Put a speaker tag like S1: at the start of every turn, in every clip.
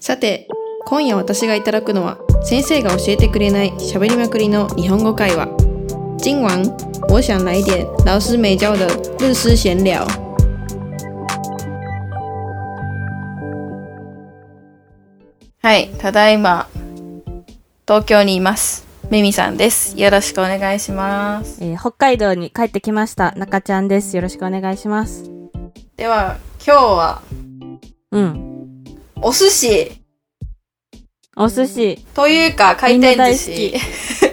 S1: さて今夜私がいただくのは先生が教えてくれない喋りまくりの日本語会話今晚我想来点老师没教的日式闲聊
S2: はい、ただいま東京にいます。ミミさんです。よろしくお願いします。
S3: えー北海道に帰ってきました中ちゃんですよろしくお願いします
S2: では今日は
S3: うん
S2: お寿司
S3: お寿司
S2: というか回転寿
S3: みん
S2: 司
S3: な大。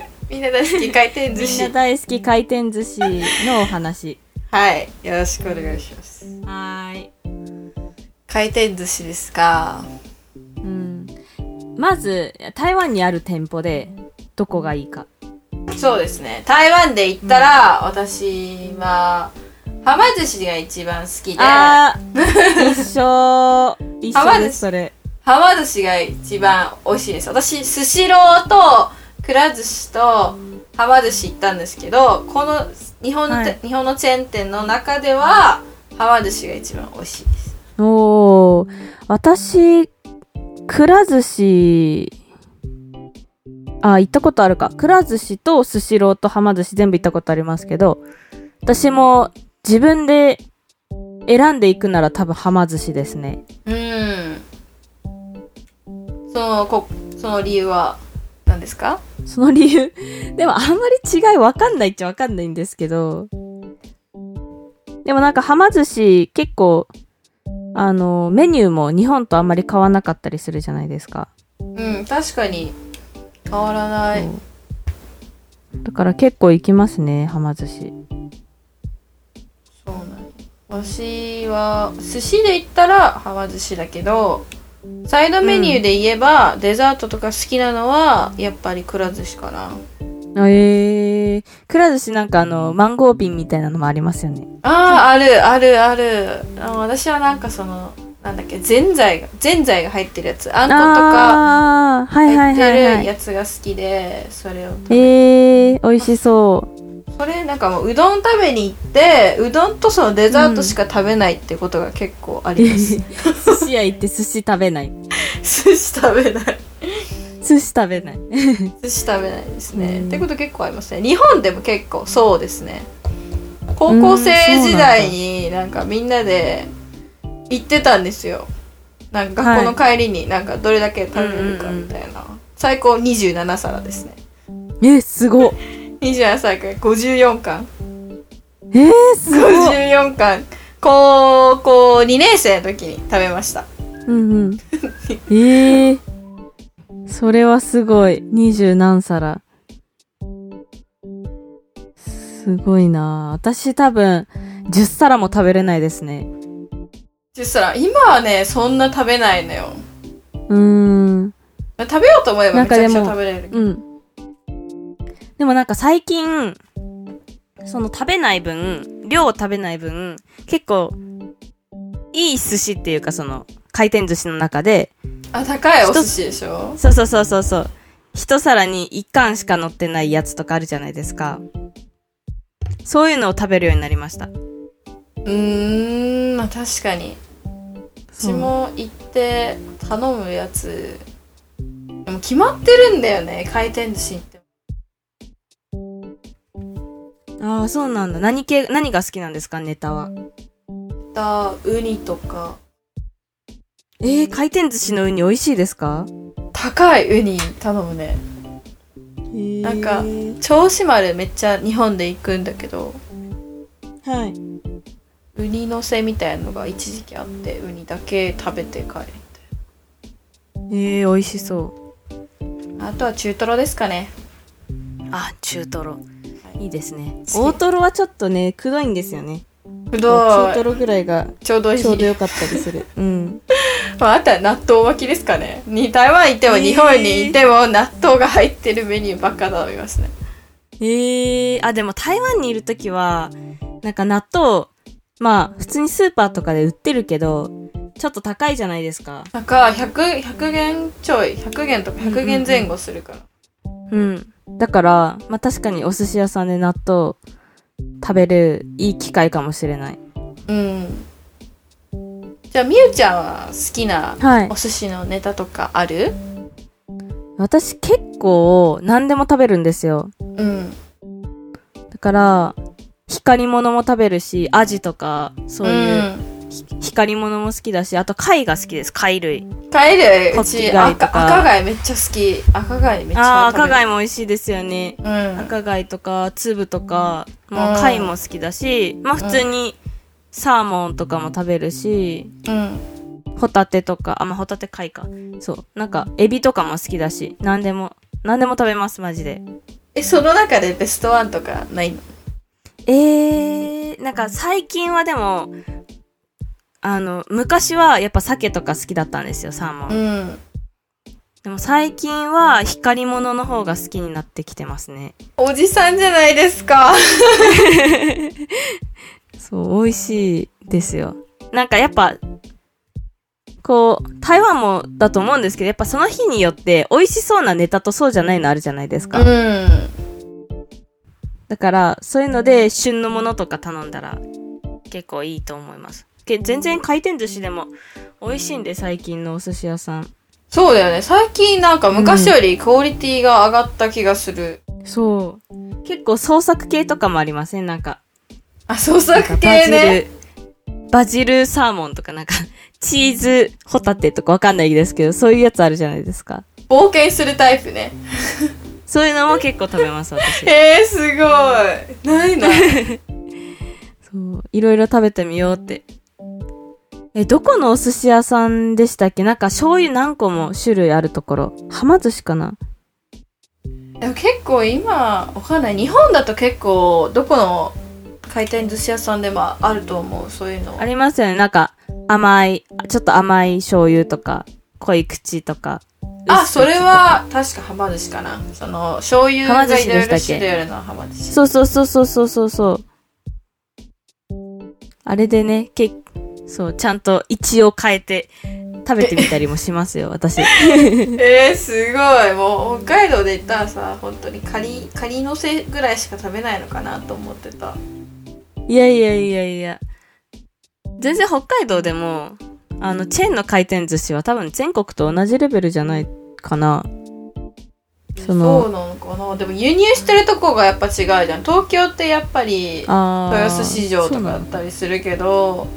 S2: みんな大好き回転寿
S3: みんな
S2: 司。
S3: 大好き回転寿司のお話
S2: はい、よろしくお願いします。
S3: はーい、
S2: 回転寿司ですか。
S3: うん、まず台湾にある店舗でどこがいいか
S2: そうですね。台湾で行ったら、私ははま寿司が一番好きで、は
S3: あー一 緒一緒ですそれ
S2: ま寿司が一番美味しいです。私スシローとくら寿司とはま寿司行ったんですけど、この日本のて、
S3: はい
S2: 日本のチェーン店の中でははま寿司が一番美味しいです。
S3: おー私くら寿司あ行ったことあるかくら寿司とスシローとはま寿司全部行ったことありますけど私も自分で選んでいくなら多分はま寿司ですね
S2: うん。そのこその理由は何ですか？
S3: その理由でもあんまり違いわかんないっちゃわかんないんですけどでもなんかはま寿司結構あのメニューも日本とあんまり変わなかったりするじゃないですか
S2: うん、確かに変わらない。
S3: だから結構行きますね、はま寿司。
S2: そうなんやわしは寿司で言ったらはま寿司だけどサイドメニューで言えば、デザートとか好きなのはやっぱりくら寿司かな
S3: ええー、くら寿司なんかあの、マンゴー瓶みたいなのもありますよね。
S2: あーあるあるあるあの私はなんかそのなんだっけぜんざいがぜんざいが入ってるやつあんことか
S3: あーはいは
S2: 入
S3: い
S2: っ
S3: はい、
S2: て
S3: は
S2: る
S3: い。
S2: やつが好きでそれを
S3: ええー、美味しそう。
S2: それなんかもううどん食べに行ってうどんとそのデザートしか食べないってことが結構あり ます、
S3: 寿司屋行って寿司食べない。
S2: 寿司食べない
S3: 寿司食べない。
S2: 寿司食べないですね。
S3: うん
S2: ってこと結構ありますね。日本でも結構そうですね。高校生時代になんかみんなで行ってたんですよ。なんか学校の帰りになんかどれだけ食べれるかみたいな。最高27皿ですね。
S3: え、すご。
S2: 27皿から54巻。
S3: えー、すご。
S2: 54巻。高校2年生の時に食べました。
S3: うん うん。ええー。それはすごい。二十何皿。すごいなあ私多分、十皿も食べれないですね。
S2: 10皿。今はね、そんな食べないのよ。
S3: うーん。
S2: 食べようと思えばめちゃくち
S3: な
S2: ゃ
S3: んかでも
S2: 食べれる。
S3: うん。でもなんか最近、その食べない分、量を食べない分、結構、いい寿司っていうかその、回転寿司の中で、
S2: あ、高いお寿司でしょ
S3: そうそうそうそうそう。一皿に一貫しか乗ってないやつとかあるじゃないですか。そういうのを食べるようになりました。
S2: うーん、まあ確かに。うちも行って頼むやつでも決まってるんだよね回転寿司って
S3: ああ、そうなんだ。何系、何が好きなんですか、ネタは。
S2: だウニとか
S3: えー、回転寿司のウニ美味しいですか
S2: 高いウニ頼むね
S3: なん
S2: か銚子丸めっちゃ日本で行くんだけど
S3: はい。
S2: ウニのせみたいのが一時期あってウニだけ食べて帰る
S3: えー、美味しそう。
S2: みたいなあとは中トロですかね
S3: あ、中トロ。いいですね。
S2: き
S3: 大トロはちょっとね、くどいんですよね。
S2: うど
S3: 中ト
S2: ん
S3: ロぐらいが
S2: ちょうどいい
S3: ちょうどよかったりする。うん。
S2: まあ、あとは納豆巻きですかねに台湾行っても
S3: えー
S2: 日本にいても納豆が入ってるメニューばっか頼みますね
S3: ええあ、でも台湾にいるときは、なんか納豆、まあ、普通にスーパーとかで売ってるけど、ちょっと高いじゃないですか。
S2: なんか 100, 100元ちょい100元とか100元前後するから、
S3: うん。だから、まあ確かにお寿司屋さんで納豆食べるいい機会かもしれない。
S2: うんじゃあみゆちゃんは好きな
S3: はい
S2: お。寿司のネタとかある
S3: 私結構何でも食べるんですよ。
S2: うん
S3: だから、光り物も食べるし、アジとか、そういう、ひ光り物も好きだし、あと貝が好きです、貝類。
S2: うん、貝類
S3: ホ
S2: う
S3: ッキ
S2: ち
S3: 貝と
S2: 赤
S3: か
S2: 赤貝めっちゃ好き赤貝めっち
S3: ああ、
S2: ゃ食べ
S3: 赤
S2: る
S3: 貝も美味しいですよね。
S2: うん
S3: 赤貝とか、粒とか、もううん貝も好きだし、まあ普通にサーモンとかも食べるし、
S2: うん
S3: ホタテとか、あ、まあホタテ貝か。そう。なんか、エビとかも好きだし、何でも、何でも食べます、マジで。
S2: えその中でベストワンとかないの
S3: えー、なんか最近はでも、あの、昔はやっぱ鮭とか好きだったんですよ、サーモン。
S2: うん
S3: でも最近は光り物の方が好きになってきてますね。
S2: おじさんじゃないですか
S3: そう、美味しいですよ。なんかやっぱ、こう、台湾もだと思うんですけど、やっぱその日によって美味しそうなネタとそうじゃないのあるじゃないです
S2: う
S3: か。
S2: ん
S3: だから、そういうので旬のものとか頼んだら結構いいと思います。け全然回転寿司でも美味しいんで、最近のお寿司屋さん。
S2: そうだよね最近なんか昔よりクオリティが上がった気がする、
S3: そう。結構創作系とかもありませんなんか。
S2: あ創
S3: なん
S2: 作
S3: か
S2: 系ね
S3: バジル、バジルサーモンとかなんか、 チーズホタテとかわかんないですけど、そういうやつあるじゃないですか。
S2: 冒険するタイプね
S3: そういうのも結構食べます、 私。
S2: えー、すごいないな
S3: そう。いろいろ食べてみようって。え、どこのお寿司屋さんでしたっけなんか醤油何個も種類あるところ。はま寿司かな
S2: でも結構今わかんない日本だと結構どこの回転寿司屋さんでもあると思うそういうの
S3: ありますよね。なんか甘い、ちょっと甘い醤油とか、濃い口とか。
S2: あ
S3: 薄口
S2: それは確かはま寿司かなその醤油
S3: はま寿
S2: が
S3: 司
S2: いろい
S3: で
S2: ろ
S3: したっ
S2: 種
S3: け
S2: 類あるのははま寿司
S3: そうそうそうそうそうそうそう。あれでね、けそう、ちゃんと位置を変えて食べてみたりもしますよ、私。
S2: えー、すごいもう北海道で行ったらさ本当にカニカニのせぐらいしか食べないのかなと思ってた
S3: いやいやいやいや。全然北海道でも、あの、チェーンの回転寿司は多分全国と同じレベルじゃないかな。そ
S2: そ
S3: の、
S2: うなのかなでも輸入してるとこがやっぱ違うじゃん東京ってやっぱり豊
S3: あー
S2: 洲市場とかだったりするけど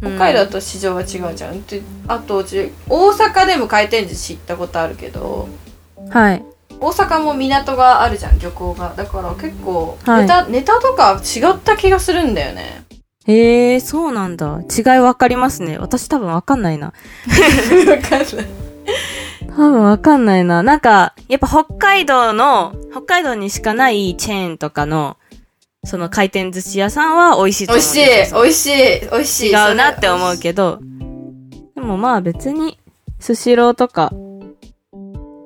S3: そう
S2: 北
S3: なんだ
S2: 海道と市場は違うじゃん、であとうち大阪でも回転寿司行ったことあるけど
S3: うんはい。
S2: 大阪も港があるじゃん漁港がだから結構
S3: はい
S2: ネタ,、ネタとか違った気がするんだよね
S3: へえ、そうなんだ。違いわかりますね。私多分わかんないな。
S2: 分かんない
S3: 多分わかんないな。なんか、やっぱ北海道の、北海道にしかないチェーンとかの、その回転寿司屋さんは美味しいと
S2: 美
S3: 思う
S2: 味し
S3: ん
S2: い
S3: ですよ。
S2: 美味しい美味しい
S3: 違うなって思うけど。でもまあ別に、スシローとか、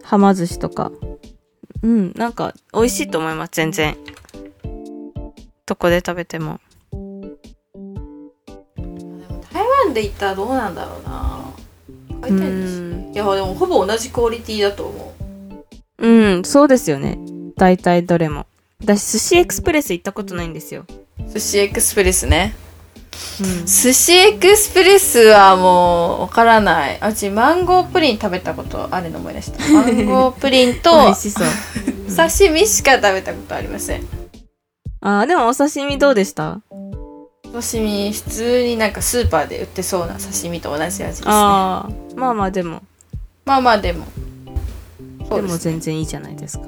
S3: はま寿司とか、うん、なんか美味しいと思います、全然。どこで食べても。
S2: 台湾で行ったらどうなんだろうな回転寿司
S3: うん
S2: いやでもほぼ同じクオリティだと思う
S3: うん、そうですよね。大体どれも。私、寿司エクスプレス行ったことないんですよ。
S2: 寿司エクスプレスね
S3: うん
S2: 寿司エクスプレスはもうわからないあうちマンゴープリン食べたことあるの思い出 したマンゴープリンと
S3: 美味しそう。
S2: 刺身しか食べたことありません
S3: あーでもお刺身どうでした
S2: 刺身普通になんかスーパーで売ってそうな刺身と同じ味ですね
S3: ああ、まあまあでも、
S2: まあまあでもそう
S3: で
S2: です
S3: も全然いいじゃないですか。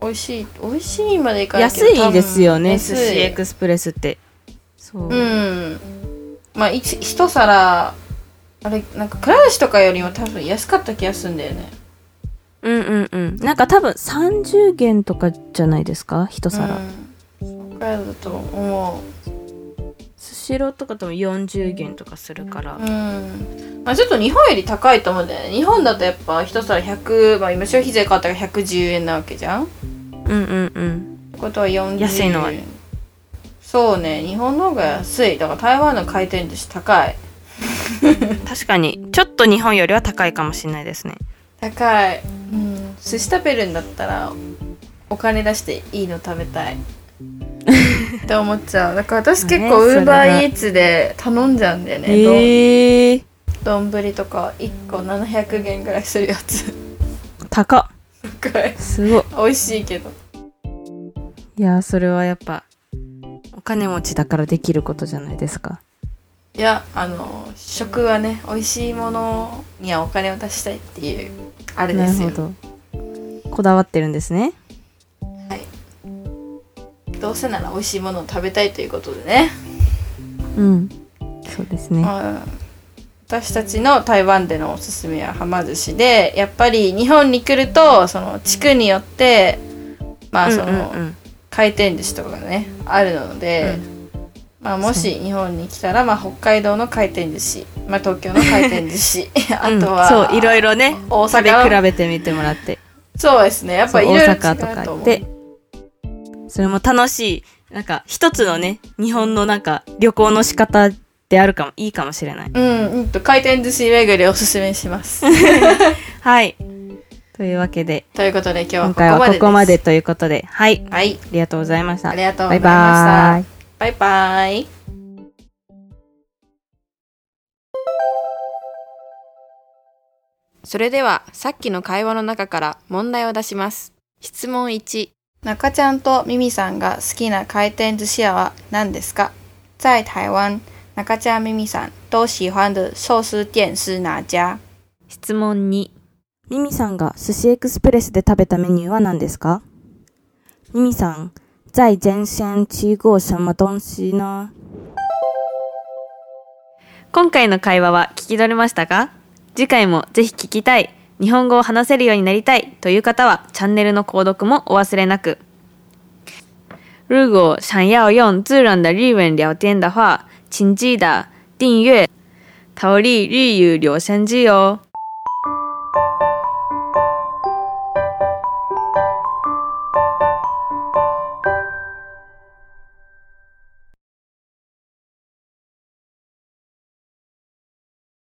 S2: 美味しい美味しいまでいかないけど
S3: 安いですよね、
S2: 多
S3: 寿
S2: 分安
S3: 司
S2: い
S3: エクスプレスって。そう。
S2: うんまあ一一皿あれなんかくら寿司とかよりも多分安かった気がするんだよね
S3: うんうんうん。なんか多分30元とかじゃないですか一皿。
S2: うん北海道だと思
S3: スシローとかとも40元とかするから。
S2: ううんまあちょっと日本より高いと思うんだよね日本だとやっぱ一皿100まあ今消費税変わったから110円なわけじゃん
S3: うんうんうん。
S2: ってことは40円
S3: 安いのは
S2: そうね日本の方が安いだから台湾の回転寿司高い
S3: 確かに、ちょっと日本よりは高いかもしれないですね。
S2: 高いうん 寿司食べるんだったらお金出していいの食べたいって思っちゃうだから私結
S3: ま
S2: 構
S3: あ
S2: ウ
S3: ね
S2: ーバ
S3: それ
S2: ー
S3: は
S2: イーツで頼んじゃうんだよね、ど
S3: えー、
S2: 丼とか1個700元ぐらいするやつ
S3: 高っ
S2: 高い
S3: すごい
S2: 美味しいけど
S3: いやーそれはやっぱお金持ちだからできることじゃないですか
S2: いやあの食はね美味しいものにはお金を出したいっていうあれで
S3: なる
S2: すよ
S3: ほどこだわってるんですね
S2: どうせなら美味しいものを食べたいということでね、
S3: うんそうですね
S2: うん私たちの台湾でのおすすめははま寿司でやっぱり日本に来るとその地区によってまあその、
S3: うんうん
S2: 回転寿司とかがねあるので、まあ、もし日本に来たら、まあ、北海道の回転寿司、まあ、東京の回転寿司 あ
S3: うん
S2: とは、
S3: そういろいろね
S2: 大
S3: 食べ比
S2: 阪
S3: べてみてもらって
S2: そうですねやっぱ
S3: そう
S2: いろいろ違
S3: 大
S2: うと
S3: 阪
S2: 思
S3: と
S2: う
S3: か行ってそれも楽しいなんか一つのね日本のなんか旅行の仕方であるかもいいかもしれない
S2: うん、うんと、回転寿司巡りおすすめし ます。
S3: はいというわけで
S2: ということで今日は
S3: 今
S2: ここ
S3: 回
S2: ま
S3: は
S2: で
S3: こ
S2: です
S3: こまでということではい
S2: はい
S3: ありがとうございました
S2: ありがとうご
S3: バ
S2: ざ
S3: イ
S2: いま
S3: バーイ
S2: したバイバイ
S1: それではさっきの会話の中から問題を出します質問1
S2: 中ちゃんとミミさんが好きな回転寿司屋は何ですか在台湾中ちゃんミミさん都喜欢的寿司店是哪家
S3: 質問2ミミさんが寿司エクスプレスで食べたメニューは何ですかミミさん在前線吃过什么东西呢今回の会話は聞き取れましたか次回もぜひ聞きたい日本語を話せるようになりたいという方はチャンネルの購読もお忘れなく如果想要用自然的日文聊天的话请记得订阅逃离日语留声机哦